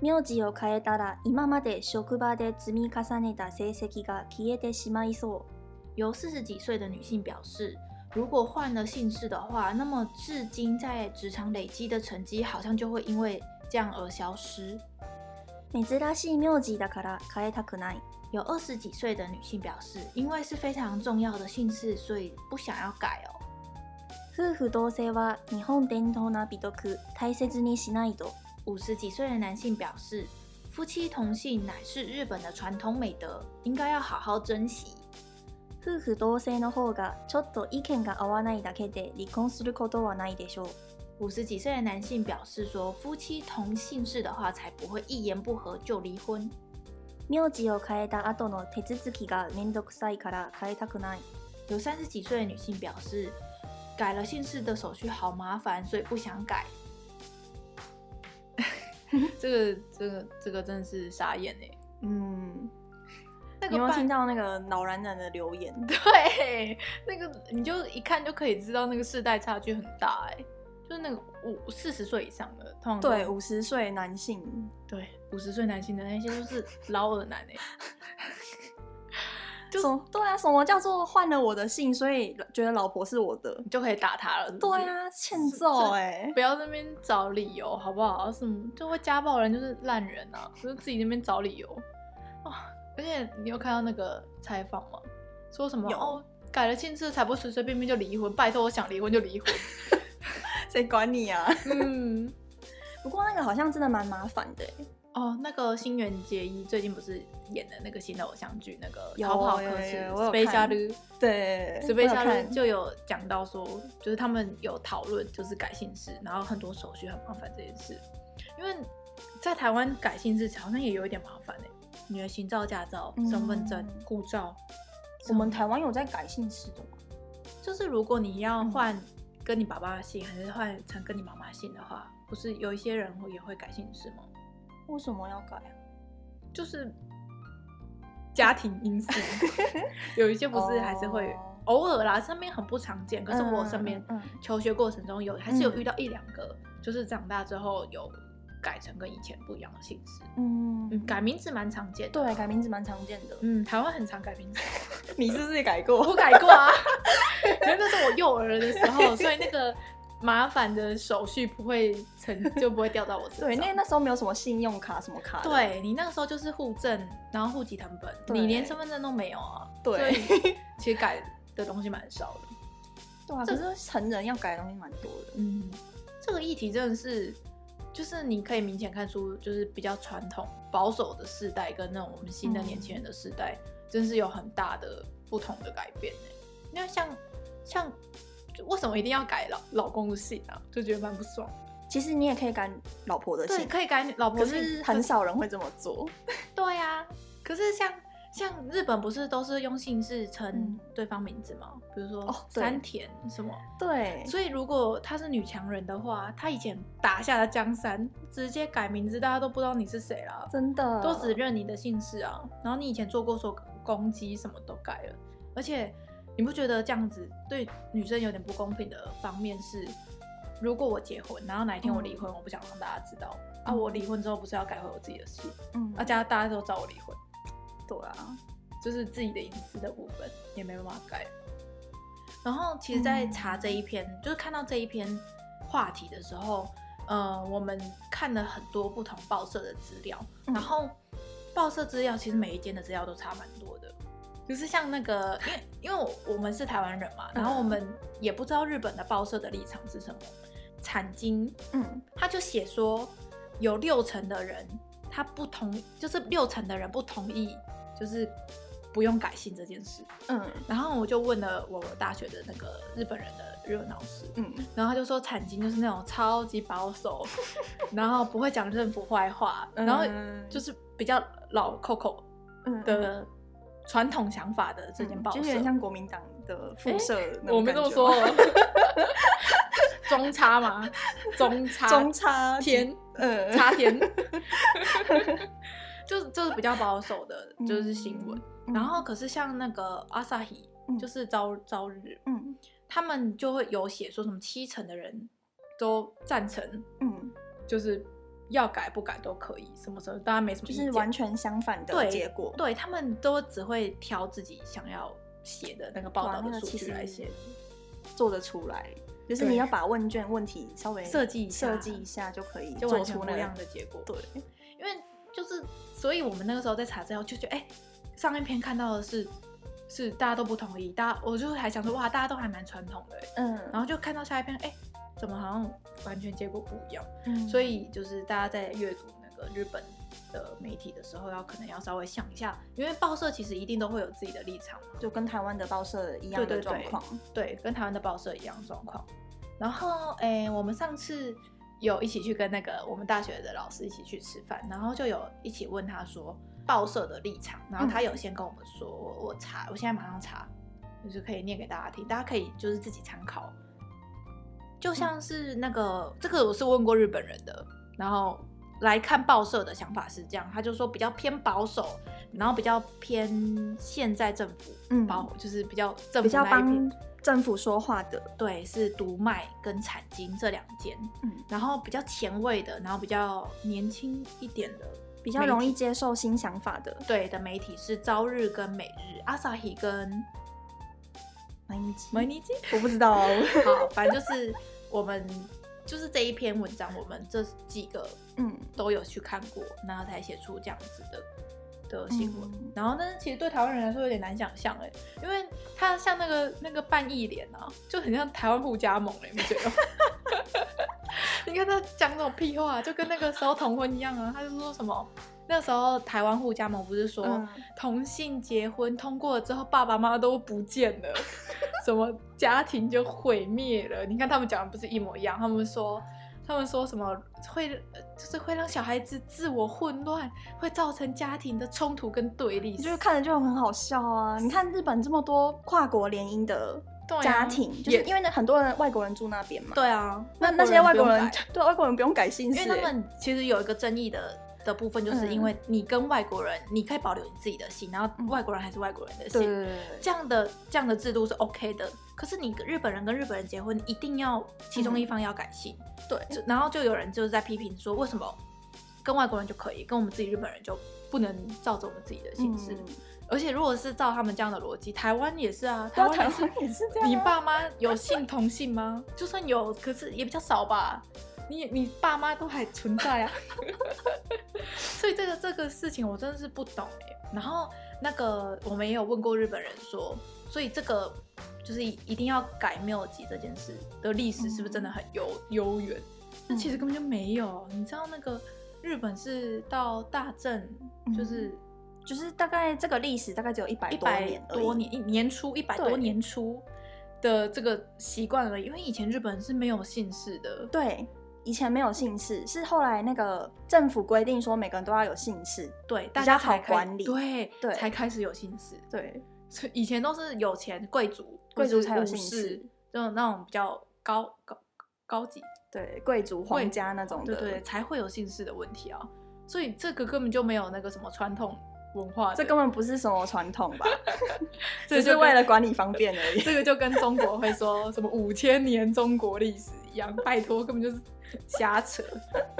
名字を変えたら今まで職場で積み重ねた成績が消えてしまいそ有四十几岁的女性表示，如果换了姓氏的话，那么至今在职场累积的成绩好像就会因为这样而消失。う。珍しい名字だから変えたくない。有二十几岁的女性表示，因为是非常重要的姓氏，所以不想要改哦。夫婦同姓は日本伝統な美徳、大切にしないと。五十几岁的男性表示，夫妻同姓乃是日本的传统美德，应该要好好珍惜。夫婦同姓の方がちょっと意見が合わないだけで離婚することはないでしょう。五十几岁的男性表示说，夫妻同姓氏的话，才不会一言不合就离婚。名字を変えた後の手続きがめんどくさいから変えたくない。有三十几岁的女性表示，改了姓氏的手续好麻烦，所以不想改。 (laughs) 这个这个这个真的是傻眼哎、嗯，那你有没有半听到那个老男人的留言？ (laughs) 对，那个你就一看就可以知道那个世代差距很大哎、就是那个五四十岁以上的，通常都对，五十岁男性，对五十岁男性的那些就是老耳男哎、就什么对啊，什么叫做换了我的姓，所以觉得老婆是我的？你就可以打他了。是不是对，啊，欠揍哎、不要在那边找理由好不好？什么就会家暴人就是烂人啊，就是自己那边找理由哦。而且你有看到那个采访吗？说什么有哦，改了姓氏才不随随便便就离婚，拜托我想离婚就 (laughs) 离婚。 (laughs) (laughs) 谁管你啊？嗯，不过那个好像真的蛮麻烦的欸、哦，那个新垣结衣最近不是演的那个新的偶像剧，那个《有逃跑有科有室有我》有贝加看鲁，对，史贝我有加鲁看就有讲到说，就是他们有讨论就是改姓氏，然后很多手续很麻烦这件事，因为在台湾改姓氏好像也有一点麻烦哎、你的行照、驾照、身份证嗯、护照，我们台湾有在改姓氏的吗？就是如果你要嗯换跟你爸爸的姓，还是换成跟你妈妈姓的话，不是有一些人会也会改姓氏吗？为什么要改啊？就是家庭因素，有一些不是还是会哦偶尔啦，身边很不常见。可是我身边嗯嗯求学过程中有还是有嗯遇到一两个，就是长大之后有改成跟以前不一样的姓氏。嗯嗯，改名字蛮常见的。对改名字蛮常见的。嗯，台湾很常改名字， (laughs) 你是不是也改过？我改过啊，可是那是我幼儿的时候，所以那个麻烦的手续不会 (laughs) 成就不会掉到我身上。对，那那时候没有什么信用卡什么卡的。对你那个时候就是户政，然后户籍成本，对你连身份证都没有啊。对所以其实改的东西蛮少的。对啊，可是成人要改的东西蛮多的。嗯，这个议题真的是，就是你可以明显看出，就是比较传统保守的世代跟那种我们新的嗯年轻人的世代，真是有很大的不同的改变欸因为像像为什么一定要改老老公的姓啊？就觉得蛮不爽。其实你也可以改老婆的对，姓，可以改老婆可姓，是很少人会这么做。对呀、可是像像日本不是都是用姓氏称嗯对方名字吗？比如说哦对山田什么，对，所以如果她是女强人的话，她以前打下了江山，直接改名字，大家都不知道你是谁啦，真的都只认你的姓氏啊。然后你以前做过所攻击什么都改了，而且你不觉得这样子对女生有点不公平的方面是？如果我结婚，然后哪一天我离嗯婚，我不想让大家知道、啊！我离婚之后不是要改回我自己的姓，嗯啊，家大家都找我离婚，对啊，就是自己的隐私的部分也没办法改。然后其实，在查这一篇，就是看到这一篇话题的时候，呃，我们看了很多不同报社的资料，嗯然后报社资料其实每一间的资料都差蛮多的。就是像那个，因为因为我我们是台湾人嘛，然后我们也不知道日本的报社的立场是什么。产经嗯，他就写说，有六成的人他不同，就是六成的人不同意，就是不用改姓这件事。嗯然后我就问了我大学的那个日本人的日文老师，嗯，然后他就说产经就是那种超级保 (laughs) 守，然后不会讲政府坏话，然后嗯就是比较老扣扣嗯嗯的传统想法的这间嗯报社，就有点像国民党的辐射那我种们感这么觉吗，说哦， (laughs) (laughs) 中差嘛，中差中差天 (laughs) 嗯差天，就是就是比较保守的，就是新闻。嗯然后可是像那个阿萨希，嗯就是朝朝日，嗯他们就会有写说什么七成的人都赞成，嗯，就是要改不改都可以，什么什么大家没什么就意见，是完全相反的对结果。对他们都只会挑自己想要写的那个报哇道啊那的个数其据实来写。做得出来，就是对你要把问卷问题稍微设计一下设计一下就可以就做完全出不那一个样的结果。对，因为就是，所以我们那个时候在查资料就觉得，哎、上一篇看到的是是大家都不同意，大家我就还想说，哇，大家都还蛮传统的欸，嗯，然后就看到下一篇，哎、怎么好像完全结果不一样？嗯所以就是大家在阅读那个日本。的媒体的时候，要可能要稍微想一下，因为报社其实一定都会有自己的立场嘛，就跟台湾的报社一样对的对状对况，对，跟台湾的报社一样的状况。然后，诶、我们上次有一起去跟那个我们大学的老师一起去吃饭，然后就有一起问他说报社的立场，然后嗯他有先跟我们说，我我查，我现在马上查，就是可以念给大家听，大家可以就是自己参考。就像是那个，这个我是问过日本人的，然后来看报社的想法是这样，他就说比较偏保守，然后比较偏现在政府，嗯保就是比较政府比较那一边帮政府说话的，对，是读卖跟产经这两间，嗯，然后比较前卫的，然后比较年轻一点的，比较容易接受新想法的。对的媒体是朝日跟每日、阿萨希跟买米奇，梅尼基。 (laughs) 我不知道哦，好，反正就是我们就是这一篇文章，我们这几个嗯，都有去看过，然后才写出这样子的的新闻。嗯然后呢，其实对台湾人来说有点难想象哎，因为他像那个那个半义脸啊，就很像台湾互加盟哎，你觉得吗？ (laughs) 你看他讲那种屁话，啊就跟那个时候同婚一样啊，他就说什么那时候台湾互加盟不是说、嗯同性结婚通过了之后，爸爸妈妈都不见 (laughs) 了，什么家庭就毁灭了。你看他们讲的不是一模一样，他们说。他们说什么会，呃就是会让小孩子自我混乱，会造成家庭的冲突跟对立。你就是看着就很好笑啊！你看日本这么多跨国联姻的嗯对啊家庭，就是也因为那很多人外国人住那边嘛，对啊，那那些外不用国人改 (laughs) 对外国人不用改姓氏因为他欸，们其实有一个争议的的部分，就是因为你跟外国人，你可以保留你自己的姓，然后嗯外国人还是外国人的对姓，对对对对这样的这样的制度是 OK 的。可是你日本人跟日本人结婚，一定要其中一方要改姓，嗯对就然后就有人就是在批评说，为什么跟外国人就可以，跟我们自己日本人就不能照着我们自己的姓氏？嗯而且如果是照他们这样的逻辑，台湾也是啊，对台湾也啊，台是湾也是这样啊。你爸妈有姓同姓吗？就算有，可是也比较少吧。你你爸妈都还存在啊，所以这个这个事情我真的是不懂哎、然后那个我们也有问过日本人说，所以这个就是一定要改缪吉这件事的历史是不是真的很悠悠远？嗯那其实根本就没有，你知道那个日本是到大正就是嗯就是大概这个历史大概只有一百一多百年而已多年，一年初一百多对年初的这个习惯了，因为以前日本是没有姓氏的，对，以前没有姓氏，是后来那个政府规定说每个人都要有姓氏。对，大比家较好才开管理对对才开始有姓氏，对，所以以前都是有钱贵族，贵族或是才有武姓氏士，就那种比较高高高级，对，贵族贵皇家那种对的，对，才会有姓氏的问题啊，所以这个根本就没有那个什么传统文化的，这根本不是什么传统吧，这就只是跟为了管理方便而已。 (laughs) 这个就跟中国会说什么五千年中国历史一样，拜托，根本就是瞎扯。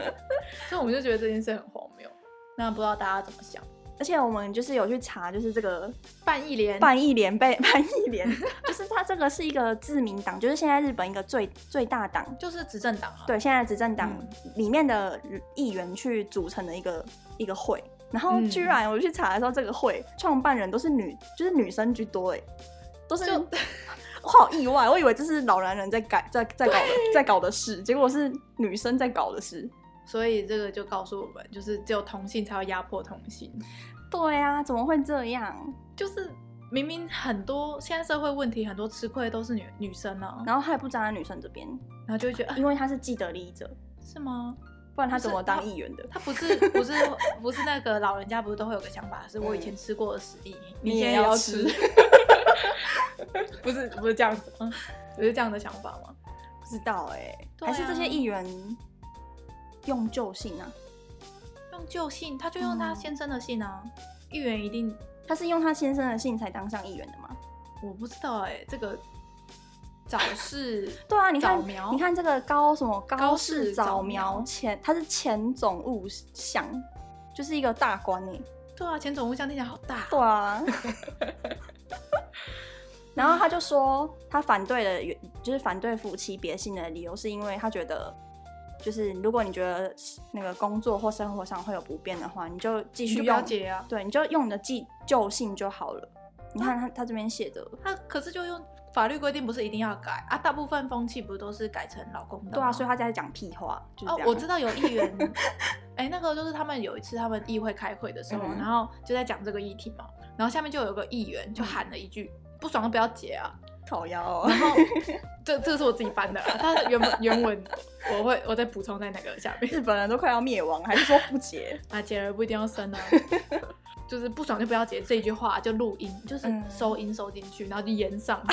(laughs) 所以我们就觉得这件事很荒谬。那不知道大家怎么想？而且我们就是有去查，就是这个半一连，半义联被 (laughs) 半义联，就是它这个是一个自民党，就是现在日本一个最最大党，就是执政党啊。对，现在执政党嗯里面的议员去组成的一个一个会。然后嗯居然我去查的时候，这个会创办人都是女，就是女生居多哎，都是就 (laughs) 我好意外，我以为这是老男人在改在在搞的在搞的事，结果是女生在搞的事。所以这个就告诉我们，就是只有同性才要压迫同性。对啊，怎么会这样？就是明明很多现在社会问题，很多吃亏的都是女女生啊，然后他也不站在女生这边，然后就会觉得、啊、因为他是既得利益者，是吗？不然他怎么当议员的？他不 (laughs) 是不是不是那个老人家不是都会有个想法，是我以前吃过的屎，你你现也在要要吃吃， (laughs) 不是不是这样子，嗯，不是这样的想法吗？不知道哎、对还是啊这些议员用旧姓啊？用旧姓，他就用他嗯先生的姓啊，议员一定他是用他先生的姓才当上议员的吗？我不知道哎、这个早市 (laughs) 对啊，你看早，苗你看这个高什么高高市市早早苗苗前，他是前总务相，就是一个大官 (laughs) 哎、对啊，前总务相听起来好大，对 (laughs) 啊。然后他就说，他反对的原就是反对夫妻别姓的理由，是因为他觉得，就是如果你觉得那个工作或生活上会有不便的话，你就继你续就不要用，结啊。对，你就用你的既旧姓就好 (laughs) 了。你看他他这边写的，他可是就用法律规定不是一定要改啊，大部分风气不是都是改成老公的吗对啊，所以他在讲屁话，就是哦这，样。我 (laughs) 知道有议员，哎、那个就是他们有一次他们议会开会的时候，嗯然后就在讲这个议题嘛，然后下面就有个议员就喊了一句。不爽就不要结啊！烤腰、嗯哦， (laughs) 然后这这个是我自己搬的啦，它原本原文我会我再补充在那个下面日本人都快要灭亡，还是说不结？啊，结了不一定要生 (laughs) 啊，就是不爽就不要结这一句话就录音，就是嗯收音收进去，然后就延 (laughs) 上，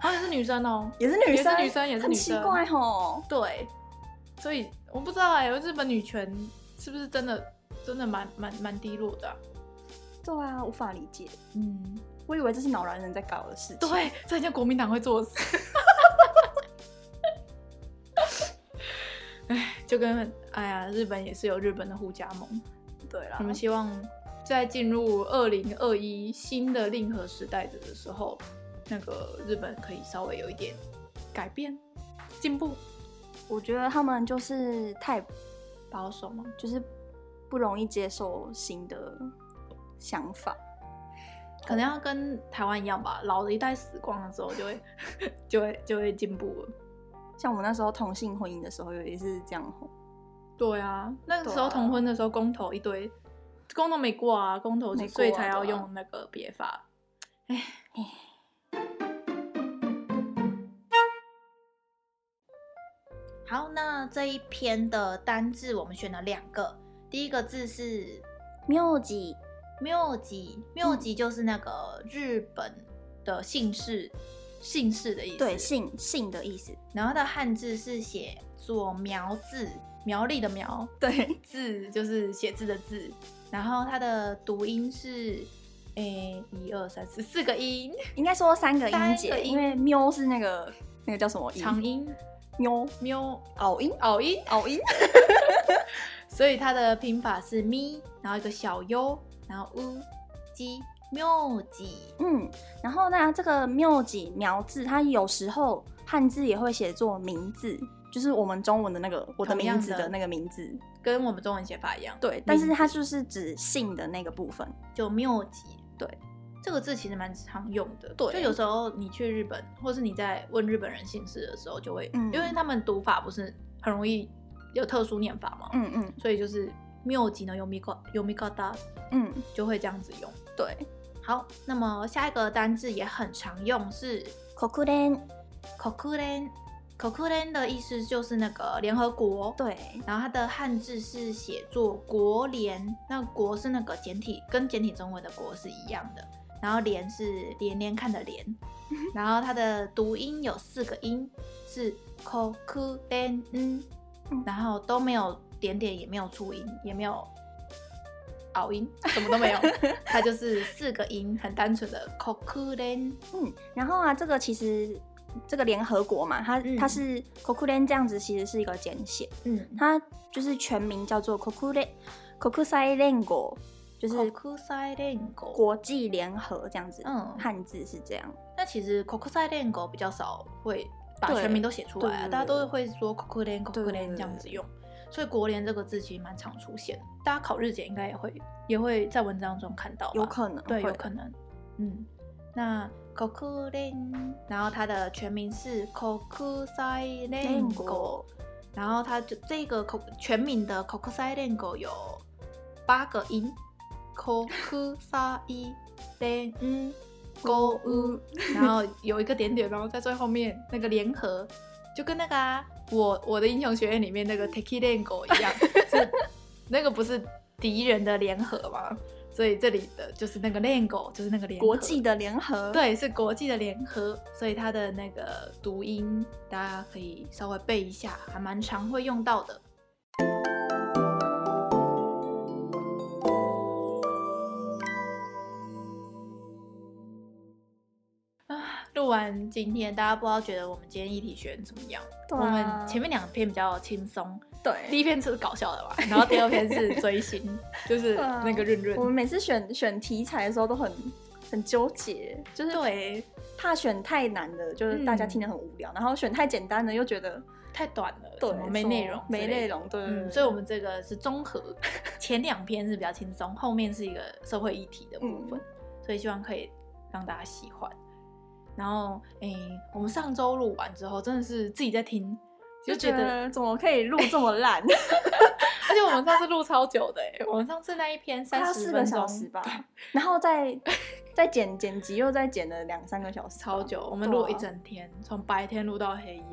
好像是女生哦，也是也女生，是女生也是很女奇生怪吼。对，所以我不知道哎、日本女权是不是真的真的蛮蛮蛮低落的啊、对啊，无法理解。嗯，我以为这是老男人在搞的事情。对，这很像国民党会做的事。哎，就跟哎呀，日本也是有日本的互加盟。对啦我，们希望在进入二零二一新的令和时代的时候，那个日本可以稍微有一点改变、进步、我觉得他们就是太保守吗？就是不容易接受新的想法。可能要跟台湾一样吧，老的一代死光了之后，就会 (laughs) 就会就会进步了。像我们那时候同性婚姻的时候也是这样吼，对啊，那个时对啊候同婚的时候，公投一堆，公投没过啊，公投没过啊所以才要对啊用那个别法。哎、好，那这一篇的单字我们选了两个，第一个字是妙计缪吉，缪吉就是那个日本的姓氏，姓氏的意思。对性性的意思，然后它的汉字是写作苗字，苗栗的苗，对，字就是写字的字。然后它的读音是，诶，一二三四四个音，应该说三个音三节，个音因为喵是那个那个叫什么音？长音 (laughs) 喵缪拗音拗音，拗音，所以它的拼法是咪，然后一个小 u，然后 u 鸡缪吉，嗯，然后呢，这个妙计苗字，它有时候汉字也会写作名字，就是我们中文的那个我的同名样字的的那个名字，跟我们中文写法一样，对，但是名字它就是指姓的那个部分，就缪吉。对，这个字其实蛮常用的。对就有时候你去日本，或是你在问日本人姓氏的时候，就会，嗯因为他们读法不是很容易有特殊念法嘛，嗯嗯所以就是缪吉呢，有米高有米高达嗯，就会这样子用。对，好，那么下一个单字也很常用是国連 “kokuren”。“kokuren” 的意思就是那个联合国，对，然后它的汉字是写作“国联”，那“国”是那个简体，跟简体中文的“国”是一样的。然后“联”是连连看的“连”，然后它的读音有四个音，是 “ko ku ben n”，嗯然后都没有点点，也没有促音，也没有拗音，什么都没有，它就是四个音，很单纯的 “ko ku ben”。嗯，然后啊，这个其实这个联合国嘛，它、嗯它是国連这样子，其实是一个简写，嗯，它就是全名叫做国連国際連合，就就是是 “koku sai len 国”。国际联合这样子，嗯汉字是这样。那其实 c o c o s i d e n g o 比较少会把对全名都写出来对对啊，对大家都会说 c o c o l e n c o c 对 o 对 l 对 e n 这样子用，所以国联这个字其实蛮常出现，大家考日检应该也会也会在文章中看到吧，有可能对，会有可能，嗯，那 c o c o l e n 然后它的全名是 c o c o s i d e n g o 然后它就这个 co- 全名的 c o c o s i d e n g o 有八个音 c o c o s i 得嗯勾嗯，然后有一个点点，然后在最后面那个联合，就跟那个啊，我我的英雄学院里面那个 Taki l e n g o 一样，是 (laughs) 那个不是敌人的联合吗？所以这里的就是那个 l e n g o 就是那个联合国际的联合，，对，是国际的联合，所以它的那个读音大家可以稍微背一下，还蛮常会用到的。啊，录完今天，大家不知道觉得我们今天一体学怎么样？对啊我们前面两篇比较轻松，第对，一篇是搞笑的吧，然后第二篇是追星， (laughs) 就是对啊那个润润。我们每次选选题材的时候都很很纠结，就是对，怕选太难的，就是嗯大家听得很无聊，然后选太简单的又觉得太短了，对怎么没内容，没内。容，对，嗯，所以我们这个是综合， (laughs) 前两篇是比较轻松，后面是一个社会议题的部嗯分，所以希望可以让大家喜欢。然后，诶、我们上周录完之后，真的是自己在听，就就觉觉得，得怎么可以录 (laughs) 这么烂，而且我们上次录超久 (laughs) 的、诶，我们上次那一篇快三要十四分个钟小时吧，然后再再剪剪辑又再剪了两三个小时，超久，我们对啊录一整天，从白天录到黑 (laughs) 夜。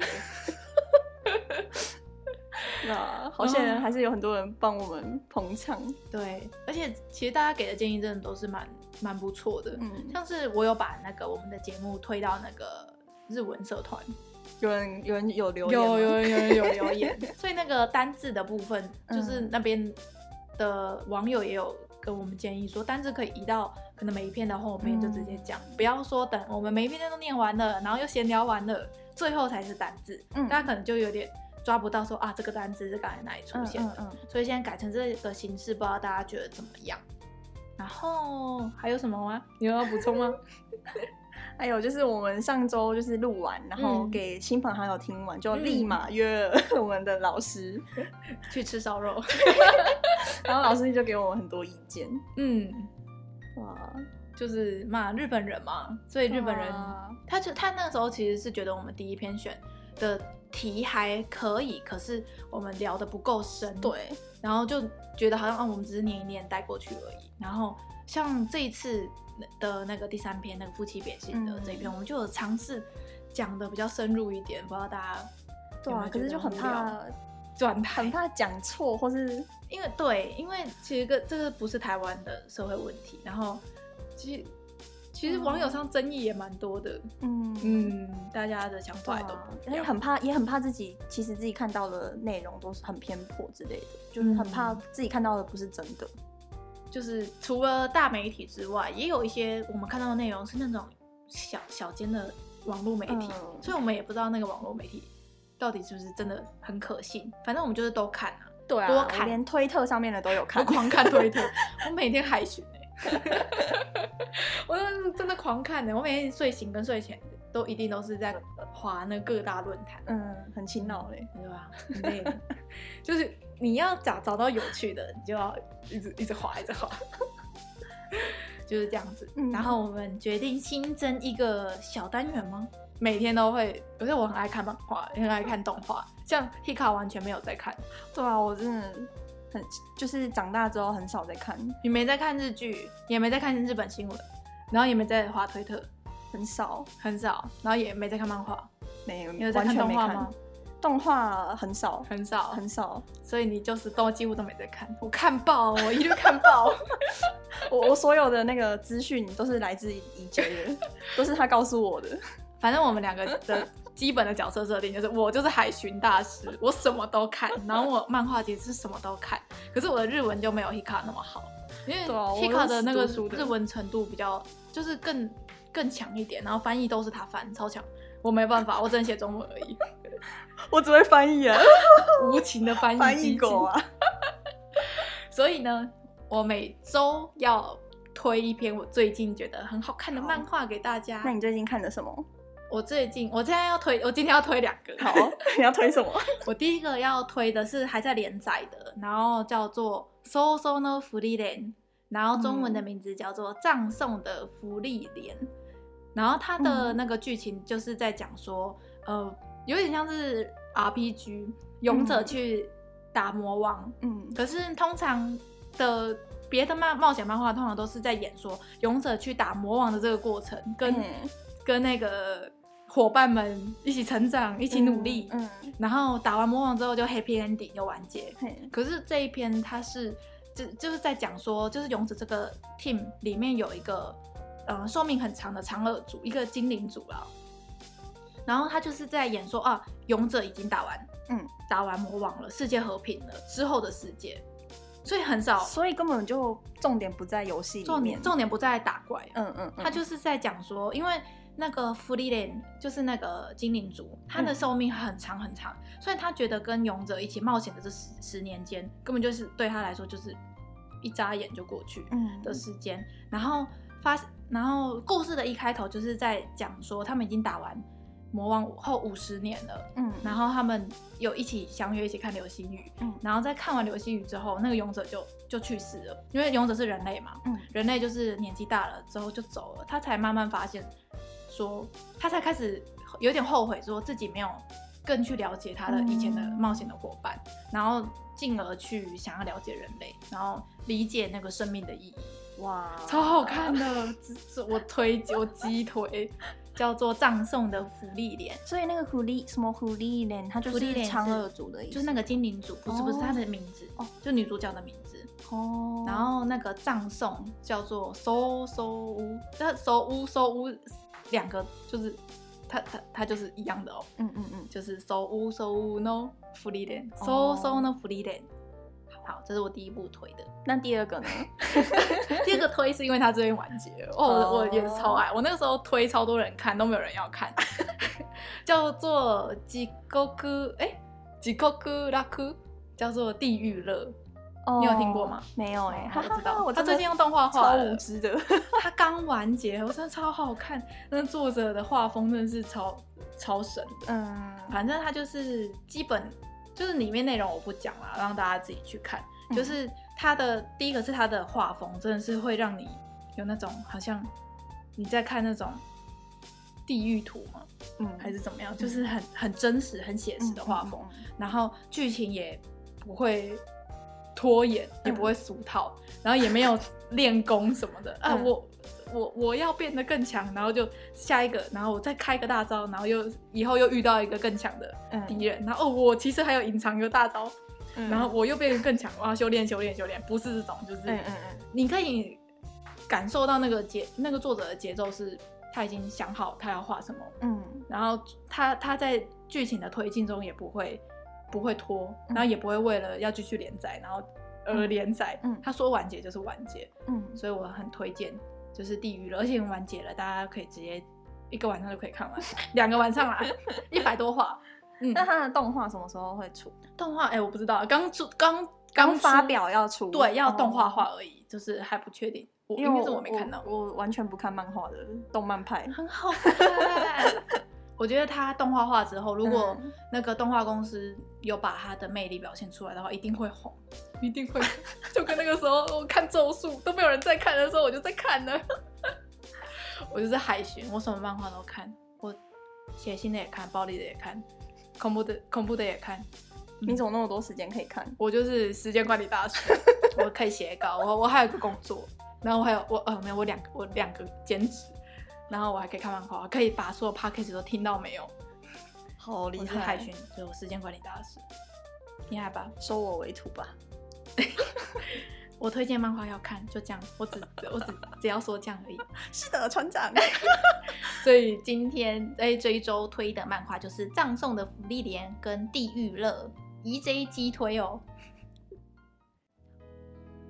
那好显哦然还是有很多人帮我们捧场，对，而且其实大家给的建议真的都是蛮蛮不错的，嗯，像是我有把那个我们的节目推到那个日文社团。有人有人有留言吗有有人有人有 (laughs) 留言，所以那个单字的部分，就是嗯那边的网友也有跟我们建议说，单字可以移到可能每一篇的后面就直接讲，不要说等我们每一篇都念完了，然后又闲聊完了，最后才是单字，嗯大家可能就有点抓不到说啊这个单字是刚才哪里出现的，嗯嗯所以现在改成这个形式，不知道大家觉得怎么样？然后还有什么吗？你有要补充吗？嗯还有就是我们上周就是录完，然后嗯给亲朋好友听完，就嗯立马约了 (laughs) 我们的老师， (laughs) 去吃烧肉。然后老师就给我们很多意见，嗯，哇，就是骂日本人嘛，所以 (laughs) 日本人哇他就他那个时候其实是觉得我们第一篇选的题还可以，可是我们聊的不够深，，对，然后就觉得好像啊，我们只是念一念带过去而已。然后像这一次的那个第三篇那个夫妻别姓的嗯这一篇，我们就有尝试讲的比较深入一点，不知道大家对有没啊，有可是觉就得很无聊怕 (laughs) 转很台，怕讲错或是因为对，因为其实个这个不是台湾的社会问题，然后其实其实网友上争议也蛮多的，嗯嗯，大家的想对法也都啊不，一而且样。很怕，也很怕自己，其实自己看到的内容都是很偏颇之类的，就是很怕嗯自己看到的不是真的。就是除了大媒体之外，也有一些我们看到的内容是那种小小间的网络媒体，嗯所以我们也不知道那个网络媒体到底是不是真的很可信。反正我们就是都看 (laughs) 啊，对多啊，我看连推特上面的都有我看。狂看推特，我每天海巡哎、 (laughs) 我真的真的狂看欸的、我每天睡醒跟睡前都一定都是在划那各大论坛，嗯，很勤劳嘞。对吧？很累 (laughs) 的，就是你要找找到有趣的，你就要一直一直滑，一直滑， (laughs) 就是这样子。嗯然后我们决定新增一个小单元吗？每天都会，可是我很爱看漫画，也很爱看动画，像 Hika 完全没有在看，对啊，我真的很，就是长大之后很少在看，你没在看日剧，也没在看日本新闻，然后也没在滑推特，很少，很少，然后也没在看漫画，没有你有在完看全动没画看吗？。动画很少，很少，很少。所以你就是都几乎都没在看，我看爆，我一律看爆。我我所有的那个资讯都是来自 EJ 的，都是他告诉我的。反正我们两个的基本的角色设定就是，我就是海巡大师，我什么都看，然后我漫画其实是什么都 (laughs) 看，可是我的日文就没有 Hika 那么好，因为对啊我 Hika 的那个都是读书的日文程度比较就是更更强一点，然后翻译都是他翻，超强。我没办法，我只能写中文而已，我只会翻译啊，无情的翻译 (laughs) 翻机译制狗！啊。所以呢，我每周要推一篇我最近觉得很好看的好漫画给大家那。你最近看的什么？我最近，我现在要推，我今天要推两个。好， (laughs) 你要推什 (laughs) 么？我第一个要推的是还在连载的，然后叫做《So So No 福利莲》，然后中嗯文的名字叫做《葬送的福利莲》，然后它嗯的那个剧情就是在讲说，呃，有点像是嗯 RPG，勇者去打魔王，嗯，可是通常的别的漫冒险漫画通常都是在演说勇者去打魔王的这个过程，跟、嗯跟那个伙伴们一起成长，一起努力，嗯，然后打完魔王之后就 happy ending 就完结。嘿可是这一篇它是就就是在讲说，就是勇者这个 team 里面有一个呃寿命很长的长耳族，一个精灵族啦。然后他就是在演说啊，勇者已经打完，嗯，打完魔王了，世界和平了之后的世界，所以很少所以根本就重点不在游戏里重点面，重点不在打怪，嗯嗯，嗯他就是在讲说，因为那个弗利莲就是那个精灵族，他的嗯寿命很长很长，所以他觉得跟勇者一起冒险的这十十年间，根本就是对他来说就是一眨眼就过去嗯的时间。然后发，然后故事的一开头就是在讲说，他们已经打完魔王后五十年了，嗯，然后他们有一起相约一起看流星雨，嗯然后在看完流星雨之后，那个勇者就就去世了，因为勇者是人类嘛，嗯人类就是年纪大了之后就走了，他才慢慢发现说，他才开始有点后悔，说自己没有更去了解他的嗯以前的冒险的伙伴，然后进而去想要了解人类，然后理解那个生命的意义，哇，超好看的，这这我推我鸡腿，叫做《葬送的福利莲》。所以那个狐狸什么狐狸脸，它就狐狸脸是是长耳族的意思，就是那个精灵族，不是不是哦她的名字，哦就女主角的名字。哦，然后那个葬送叫做收收屋，那收屋收屋两个就是它它它就是一样的哦，嗯嗯嗯，就是收屋收屋 no 福利莲，收收 no 福利莲。好，这是我第一部推的，那第二个呢？第二个推是因为它最近完结了，哦，我我也是超爱，我那个时候推超多人看，都没有人要看， (laughs) 叫做几个哥哎几个哥拉库，叫做地狱乐，你有听过吗？哦没有哎、哦欸，我知道，我他真的最近用动画画超了无知的， (laughs) 它刚完结，我真的超好看。那作者的画风真的是超超神的。嗯，反正它就是基本就是里面内容我不讲啦，让大家自己去看。嗯就是它的第一个是它的画风，真的是会让你有那种好像你在看那种地狱图吗？嗯还是怎么样？就是很很真实、很写嗯实的画风。，然后剧情也不会拖延，也嗯不会俗套，然后也没有练功什么的啊，嗯我。我我要变得更强，然后就下一个，然后我再开个大招，然后又以后又遇到一个更强的嗯敌人，然后哦，我其实还有隐藏一个大招，嗯然后我又变得更强，我要修炼修炼修炼，不是这种，就是嗯嗯嗯，你可以感受到那个节那个作者的节奏是他已经想好他要画什么，嗯然后他他在剧情的推进中也不会不会拖，嗯然后也不会为了要继续连载，然后而连载。嗯他说完结就是完结，嗯，所以我很推荐，就是《地狱》了，而且已经完结了，大家可以直接一个晚上就可以看完，两个晚 (laughs) 上啦，一百多话。嗯，那它的动画什么时候会出？动画哎、我不知道，刚出刚刚发出表要出，对，要哦动画化而已，就是还不确定。我因应该为是我我没看到，我我完全不看漫画的动漫派，很好看。 (laughs) 我觉得它动画化之后，如果嗯那个动画公司有把它的魅力表现出来的话，一定会红， (laughs) 一定会。就跟那个时候我看《咒术》都没有人在看的时候，我就在看了。 (laughs) 我就是海巡，我什么漫画都看，我血腥的也看，暴力的也看，恐怖的恐怖的也看。你怎么那么多时间可以看？我就是时间管理大师，我可以写稿，我我还有一个工作，然后我还有我呃没有我两个我两个兼职，然后我还可以看漫画，可以把所有 p a c k a g e 都听到没有？好厉我是害，海巡，就是我时间管理大师，厉害吧？收我为徒吧。我推荐漫画要看，就这样，我只我只只要说这样而已。是的，船长。所以今天哎这一周推的漫画就是《葬送的福利莲》跟《地狱乐》，EJ 击推哦。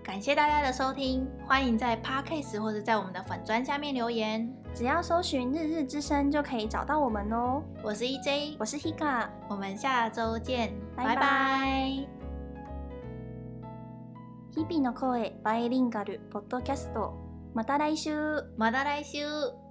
感谢大家的收听，欢迎在 Podcast 或者在我们的粉砖下面留言。只要搜寻“日日之声”就可以找到我们哦。我是 EJ，我是 Hika，我们下周见，拜拜拜日々の声バイリンガルポッドキャスト。また来週。また来週。